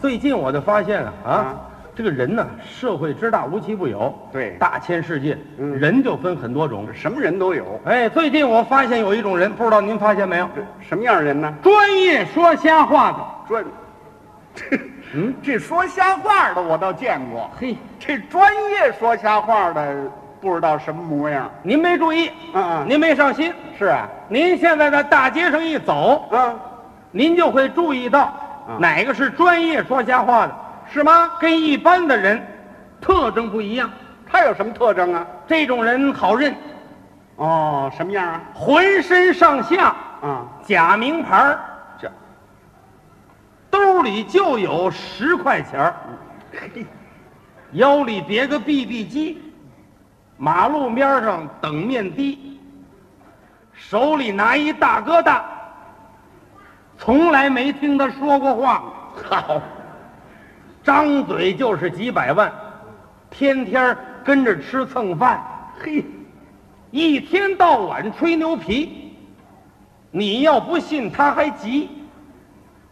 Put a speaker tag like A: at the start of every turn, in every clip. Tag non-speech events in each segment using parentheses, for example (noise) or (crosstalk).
A: 最近我就发现啊啊
B: 啊，
A: 这个人呢，社会之大无奇不有，
B: 对
A: 大千世界，
B: 嗯
A: 人就分很多种。
B: 什么人都有。
A: 哎，最近我发现有一种人，不知道您发现没有？
B: 这什么样的人呢？
A: 专业说瞎话的。
B: 专， (laughs) 嗯，这说瞎话的我倒见过，
A: 嘿，
B: 这专业说瞎话的不知道什么模样。
A: 您没注意，
B: 嗯嗯
A: 您没上心。
B: 是啊，
A: 您现在在大街上一走，
B: 嗯，
A: 您就会注意到
B: 嗯
A: 哪个是专业说瞎话的，是吗？跟一般的人特征不一样。
B: 他有什么特征啊？
A: 这种人好认，
B: 哦，什么样啊？
A: 浑身上下
B: 啊，
A: 假名牌儿
B: 这，
A: 兜里就有十块钱儿，腰里别个 BB 机，马路边儿上等面的，手里拿一大哥大，从来没听他说过话，
B: 好，
A: 张嘴就是几百万，天天儿跟着吃蹭饭，
B: 嘿，
A: 一天到晚吹牛皮。你要不信，他还急，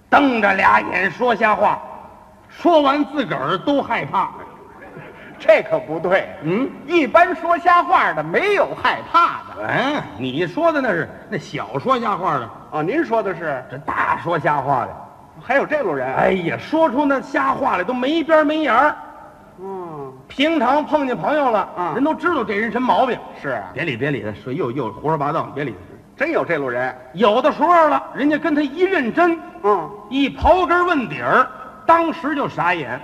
A: 瞪着俩眼说瞎话，说完自个儿都害怕。
B: 这可不对。
A: 嗯，
B: 一般说瞎话的没有害怕的。
A: 哎，你说的那是那小说瞎话的，
B: 哦，您说的是，
A: 这大说瞎话的，
B: 还有这路人？啊
A: 哎呀，说出那瞎话来都没边没沿儿。
B: 嗯，
A: 平常碰见朋友了，
B: 嗯
A: 人都知道这人什么毛病，
B: 是
A: 啊
B: 啊，
A: 别理别理他，说又又胡说八道，别理他。
B: 真有这路人。
A: 有的时候了，人家跟他一认真，
B: 嗯，
A: 一刨根问底儿，当时就傻眼。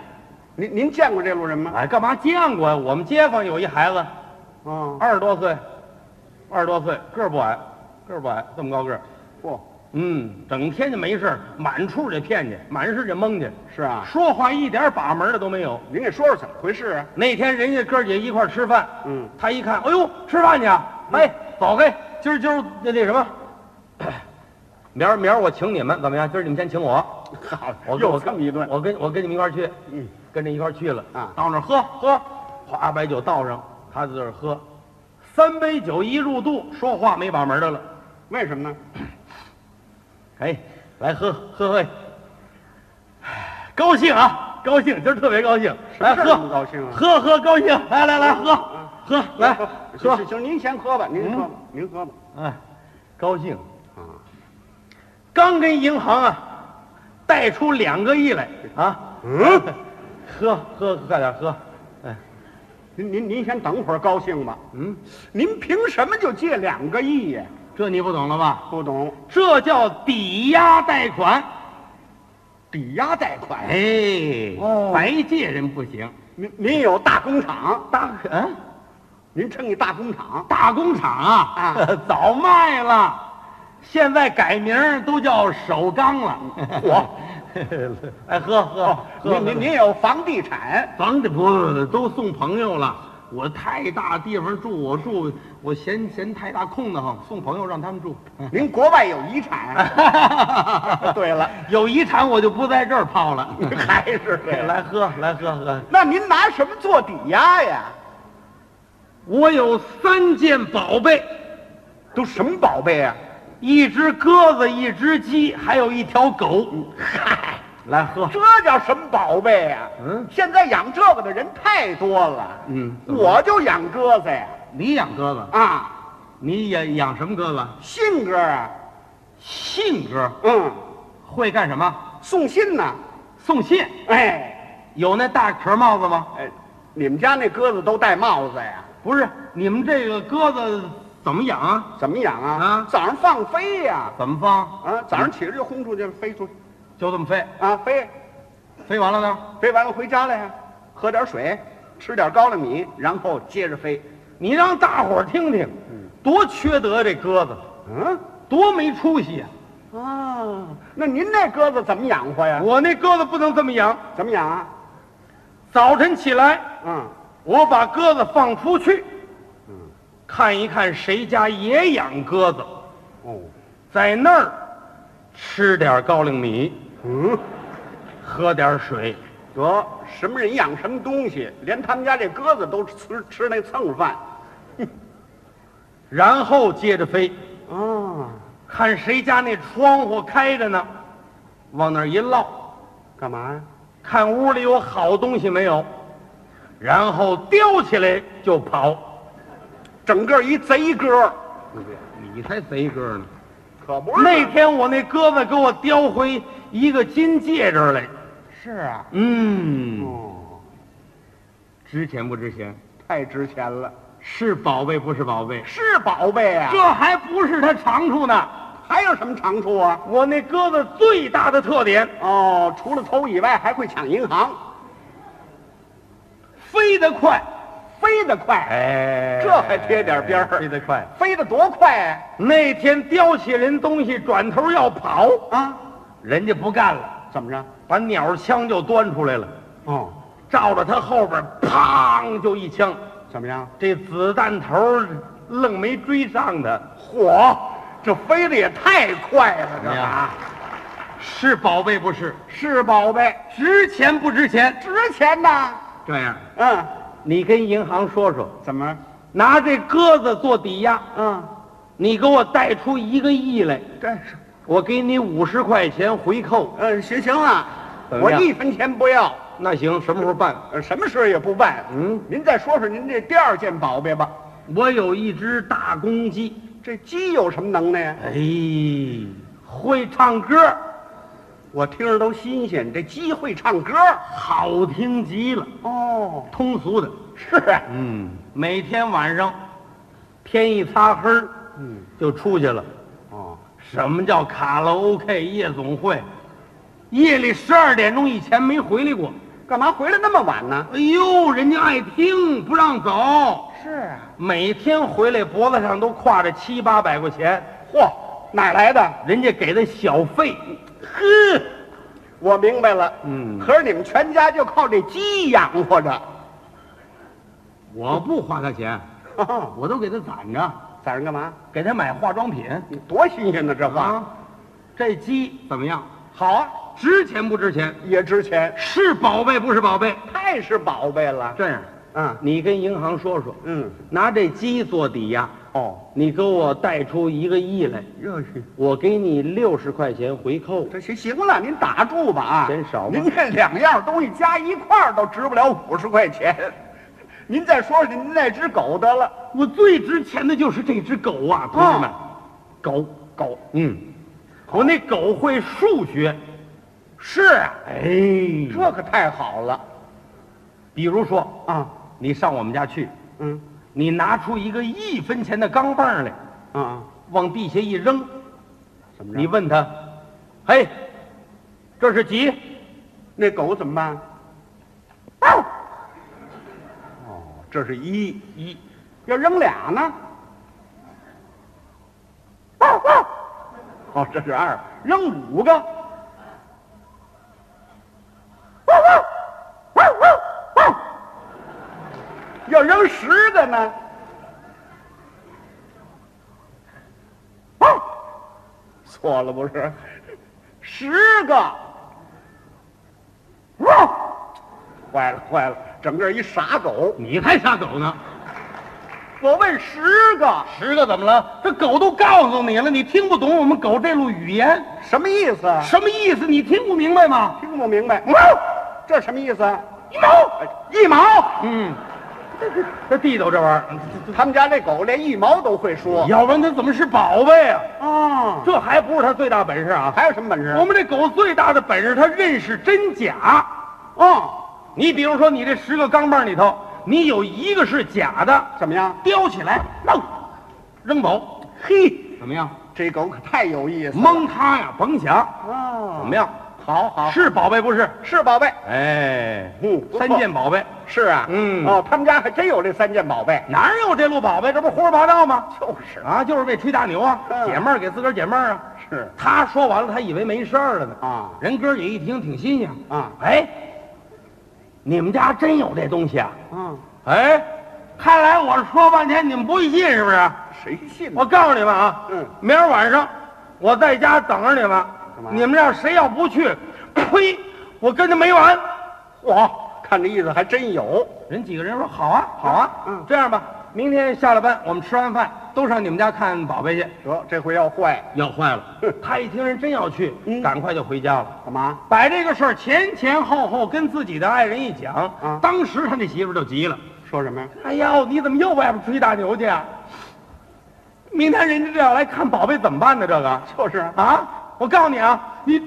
B: 您您见过这路人吗？
A: 哎，干嘛见过呀？我们街坊有一孩子，
B: 嗯，
A: 二十多岁，二十多岁，个儿不矮，个儿不矮，这么高个儿。
B: 不
A: 嗯，整天就没事儿满处就骗去，满是就蒙去，
B: 是啊，
A: 说话一点把门的都没有。
B: 您给说说怎么回
A: (laughs)
B: 事啊？
A: 那天人家哥儿几个一块儿吃饭，
B: 嗯，
A: 他一看，哎呦，吃饭去啊！哎，走开，今儿今儿那那什么，明儿明儿我请你们，怎么样？今儿你们先请我。
B: 好，
A: 我跟
B: 又
A: 我
B: 这
A: 跟
B: 么一顿。
A: 我跟我跟你们一块儿去，
B: 嗯，
A: 跟着一块儿去了
B: 啊
A: 到那儿喝喝，哗把酒倒上，他在这儿喝，三杯酒一入肚，说话没把门的了，
B: 为什么呢？
A: 哎，来喝喝喝，唉高兴啊，高兴，今儿特别高兴，来
B: 什么事儿
A: 喝
B: 那，么高兴啊
A: 喝喝高兴，来来来喝
B: 啊
A: 喝 (laughs)
B: (laughs)
A: 嗯来喝
B: 行，，行您先喝吧，您喝吧，您喝吧。
A: 哎，高兴，
B: 啊，
A: 刚跟银行啊贷出两个亿来啊，
B: 嗯，
A: 喝喝快点喝，哎，
B: (laughs) 您您您先等会儿高兴吧。
A: 嗯。
B: 您凭什么就借两个亿呀？
A: 这你不懂了吧？
B: 不懂，
A: 这叫抵押贷款。
B: 抵押贷款。
A: 哎，
B: 哦
A: 白借人不行。
B: 您您有大工厂，
A: 大
B: 啊
A: 嗯，
B: 您成立大工厂。
A: 大工厂啊，
B: 啊
A: (laughs) 早卖了，现在改名儿都叫首钢
B: (laughs)
A: 了。
B: 嚯，
A: 哎，喝喝喝，
B: 哦您您
A: 您
B: 您有房地产。
A: (laughs) 房子不不不都送朋友了。我太大地方住，我住我嫌嫌太大空的慌，送朋友让他们住。
B: 您国外有遗产， (laughs)
A: (laughs)
B: 对了，
A: 有遗产我就不在这儿泡了。
B: 还是对了。
A: (laughs) 来喝来喝喝。
B: 那您拿什么做抵押呀？
A: 我有三件宝贝，
B: 都什么宝贝啊？
A: 一只鸽子，一只鸡，还有一条狗。嗨，来喝。
B: 这叫什么宝贝呀？
A: 嗯
B: 现在养这个的人太多了。
A: 嗯怎么
B: 我就养鸽子呀。
A: 你养鸽子？
B: 啊，
A: 你养养什么鸽子？
B: 信鸽啊，
A: 信鸽，
B: 嗯，
A: 会干什么？
B: 送信呢。
A: 送信。
B: 哎，
A: 有那大壳帽子吗？
B: 哎，你们家那鸽子都戴帽子呀？
A: 不是，你们这个鸽子怎么养啊？
B: 怎么养啊？
A: 啊
B: 早上放飞呀、
A: 怎么放？
B: 啊，早上起来就轰出去了，飞出去
A: 就这么飞，
B: 啊，飞，
A: 飞完了呢？
B: 飞完了回家来呀，喝点水，吃点高粱米，然后接着飞。
A: 你让大伙儿听听，多缺德这鸽子，
B: 嗯。
A: 多没出息呀、
B: 啊，那您那鸽子怎么养活呀？
A: 我那鸽子不能这么养，
B: 怎么养啊？
A: 早晨起来
B: 嗯，
A: 我把鸽子放出去，看一看谁家也养鸽子，
B: 哦，
A: 在那儿吃点高粱米，
B: 嗯，
A: 喝点水，
B: 得什么人养什么东西，连他们家这鸽子都吃吃那蹭饭。
A: 然后接着飞，
B: 啊，
A: 看谁家那窗户开着呢，往那儿一落，
B: 干嘛呀？
A: 看屋里有好东西没有，然后叼起来就跑。
B: 整个一贼哥，
A: 哎你才贼哥呢！
B: 可不
A: 那
B: 那
A: 天我那哥们给我叼回一个金戒指来，
B: 是啊，
A: 嗯，
B: 哦，
A: 值钱不值钱？
B: 太值钱了，
A: 是宝贝不是宝贝？
B: 是宝贝啊！
A: 这还不是他长处呢。
B: 还有什么长处啊？
A: 我那哥们最大的特点，
B: 哦，除了偷以外，还会抢银行，
A: 飞得快。
B: 飞得快，
A: 哎
B: 这还贴点边儿
A: 飞得快。
B: 飞得多快啊！
A: 那天叼起人东西，转头要跑，
B: 啊，
A: 人家不干了，
B: 怎么着？
A: 把鸟枪就端出来了，
B: 哦，
A: 照着他后边，砰就一枪，
B: 怎么样？
A: 这子弹头愣没追上他。
B: 嚯，这飞得也太快了，这
A: 哎呀
B: 啊，
A: 是宝贝不是？
B: 是宝贝，
A: 值钱不值钱？
B: 值钱呐！
A: 这样，
B: 嗯，
A: 你跟银行说说，
B: 怎么？
A: 拿这鸽子做抵押，
B: 嗯，
A: 你给我贷出一个亿来，
B: 这是，
A: 我给你五十块钱回扣。
B: 嗯，行行啊，
A: 怎么
B: 我
A: 样
B: 一分钱不要，
A: 那行，什么时候办？
B: 呃什么事儿也不办。
A: 嗯，
B: 您再说说您这第二件宝贝吧，
A: 我有一只大公鸡，
B: 这鸡有什么能耐啊呀？
A: 哎，会唱歌，
B: 我听着都新鲜，这鸡会唱歌。
A: 好听极了，
B: 哦，
A: 通俗的。
B: 是啊，
A: 嗯，每天晚上，天一擦黑儿
B: 嗯，
A: 就出去了。
B: 哦，
A: 什么叫卡拉 OK 夜总会？夜里十二点钟以前没回来过。
B: 干嘛回来那么晚呢？
A: 哎呦，人家爱听，不让走。
B: 是啊，
A: 每天回来脖子上都挎着七八百块钱，
B: 嚯，哪儿来的？
A: 人家给的小费。
B: 呵，我明白了。
A: 嗯
B: 可是你们全家就靠这鸡养活着，
A: 我不花他钱，我都给他攒着，
B: 攒着哦干嘛？
A: 给他买化妆品
B: 你多新鲜呢，这话、
A: 啊。这鸡怎么样？
B: 好啊，
A: 值钱不值钱？
B: 也值钱，
A: 是宝贝不是宝贝？
B: 太是宝贝了。
A: 这样，
B: 嗯
A: 你跟银行说说，
B: 嗯，
A: 拿这鸡做抵押，
B: 哦，
A: 你给我贷出一个亿来，
B: 热气。
A: 我给你六十块钱回扣。
B: 这行行了，您打住吧啊！
A: 嫌少吗
B: 您这两样东西加一块儿都值不了五十块钱。您再说说您那只狗得了，
A: 我最值钱的就是这只狗啊，同志们，
B: 哦
A: 狗，
B: 狗
A: 嗯，我那狗会数学，
B: 是啊，
A: 哎，
B: 这可太好了
A: 比如说，
B: 啊，
A: 你上我们家去，
B: 嗯
A: 你拿出一个一分钱的钢镚儿来，
B: 啊，
A: 往地下一扔，
B: 怎么着？
A: 你问他，嘿，这是几？
B: 那狗怎么办？哦，这是一一，要扔俩呢？
A: (laughs)
B: 哦，这是二，扔五个。要扔十个呢？错了不是，十个。坏了坏了，整个一傻狗。
A: 你才杀狗呢！
B: 我问十个，
A: 十个怎么了？这狗都告诉你了，你听不懂我们狗这路语言，
B: 什么意思啊？
A: 什么意思？你听不明白吗？
B: 听不明白。嗯这什么意思啊？
A: 哎一毛，
B: 一毛，
A: 嗯，这这这地道这玩意
B: 他们家这狗连一毛都会说
A: 儿，。要不然它怎么是宝贝啊？
B: 啊，
A: 这还不是它最大本事啊！
B: 还有什么本事啊？
A: 我们这狗最大的本事，它认识真假。
B: 啊，
A: 你比如说，你这十个钢镚儿里头，你有一个是假的，
B: 怎么样？
A: 叼起来，愣，扔走，
B: 嘿，
A: 怎么样？
B: 这狗可太有意思了。
A: 蒙它呀，甭想，
B: 啊，
A: 怎么样？
B: 好好
A: 是宝贝不是？
B: 是宝贝。
A: 哎，
B: 嗯不错
A: 三件宝贝，
B: 是啊，
A: 嗯
B: 哦，他们家还真有这三件宝贝。
A: 哪有这路宝贝？这不胡说八道吗？
B: 就是
A: 啊，就是为吹大牛啊，
B: 嗯
A: 解闷儿给自个儿解闷儿啊。
B: 是
A: 他说完了，他以为没事儿了呢。
B: 啊
A: 人哥儿也一听挺新鲜
B: 啊
A: 哎，你们家真有这东西啊？
B: 嗯，
A: 哎，看来我说半天你们不会信是不是？
B: 谁信呢？
A: 我告诉你们啊，
B: 嗯
A: 明儿晚上我在家等着你们
B: 嘛，
A: 你们要谁要不去， (coughs) 呸，我跟他没完。
B: 我看这意思还真有。
A: 人几个人说好啊，好啊，
B: 嗯
A: 这样吧，明天下了班我们吃完饭，都上你们家看宝贝去。
B: 得这回要坏
A: 要坏了， (laughs) 他一听人真要去，
B: 嗯
A: 赶快就回家了。
B: 干嘛？
A: 把这个事儿前前后后跟自己的爱人一讲，
B: 啊
A: 当时他那媳妇儿就急了
B: 说什么呀？：“
A: 哎呦，你怎么又外边吹大牛去啊？明天人家这要来看宝贝怎么办呢？这个
B: 就是啊，
A: 啊，我告诉你啊，你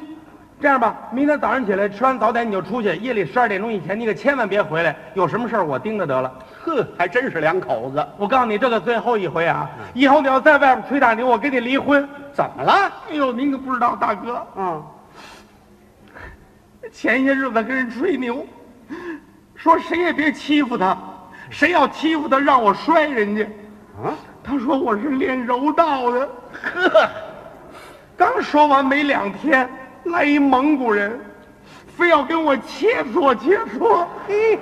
A: 这样吧，明天早上起来吃完早点你就出去，夜里十二点钟以前你可千万别回来，有什么事儿我盯着得了。
B: 哼，还真是两口子。
A: 我告诉你，这个最后一回啊，以后你要在外边吹大牛，我跟你离婚。
B: 嗯怎么了？
A: 哎呦，您可不知道，大哥，
B: 嗯，
A: 前些日子跟人吹牛，说谁也别欺负他，谁要欺负他让我摔人家。
B: 啊，
A: 他说我是练柔道的，呵，刚说完没两天，来一蒙古人，非要跟我切磋切磋。
B: 嘿，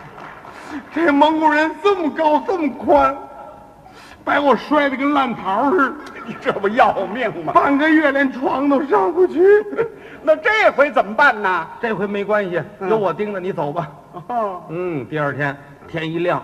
A: (laughs) 这蒙古人这么高这么宽，把我摔得跟烂桃似的，
B: 你这不要命吗？
A: 半个月连床都上不去。
B: 那这回怎么办呢？
A: 这回没关系，有我盯着，你走吧。
B: 哦，
A: 嗯，第二天天一亮，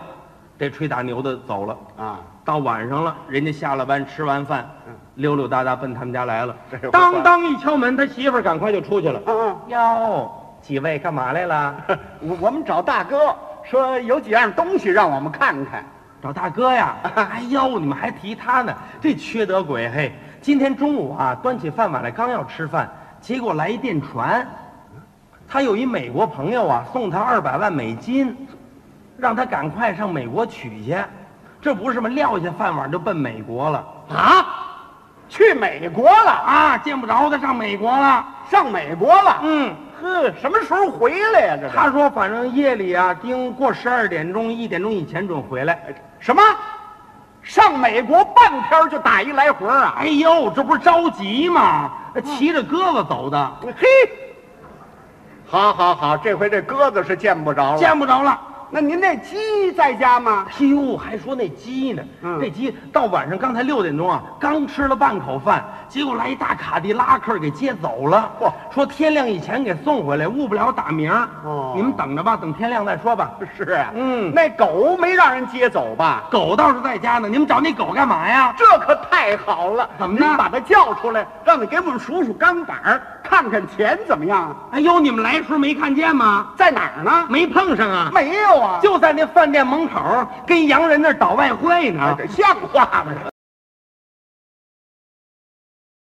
A: 这吹打牛的走了。
B: 啊，
A: 到晚上了，人家下了班，吃完饭，溜溜达达奔他们家 (laughs) 哎来了
B: 这回。坏
A: 当
B: 了
A: 当一敲门，他媳妇儿赶快就出去了。
B: 嗯嗯，
A: (laughs) 哟，几位干嘛来了？
B: (laughs) 我我们找大哥说有几样东西让我们看看。
A: (laughs) 找大哥 (laughs) 呀！哎呦，你们还提他呢，这缺德鬼嘿！今天中午啊，端起饭碗来，刚要吃饭，结果来一电传，他有一美国朋友啊，送他二百万美金，让他赶快上美国取去。这不是吗？撂下饭碗就奔美国了
B: 啊，去美国了，
A: 啊！见不着他上美国了。
B: 上美国了。
A: 嗯，
B: 呵，什么时候回来呀、这
A: 他说反正夜里啊，盯过十二点钟、一点钟以前准回来。
B: 是什么？上美国半天儿就打一来回儿啊？
A: 哎呦，这不是着急吗？
B: 嗯
A: 骑着胳膊走的。
B: 嘿，好好好，这回这鸽子是见不着了。
A: 见不着了。
B: 那您那鸡在家吗？
A: 哎呦，还说那鸡呢？
B: 嗯
A: 这鸡到晚上刚才六点钟啊，刚吃了半口饭，结果来一大卡迪拉克给接走了。
B: 嚯
A: 说天亮以前给送回来，误不了打鸣。
B: 哦
A: 你们等着吧，等天亮再说吧。
B: 是啊，
A: 嗯
B: 那狗没让人接走吧？
A: 狗倒是在家呢，你们找那狗干嘛呀？
B: 这可太好了！
A: 怎么呢
B: 您把它叫出来，让你给我们数数钢板儿，看看钱怎么样？
A: 哎呦，你们来时候没看见吗？
B: 在哪儿呢？
A: 没碰上啊？
B: 没有啊，哎
A: 就在那饭店门口跟洋人那儿倒外汇呢。
B: 这像话吗？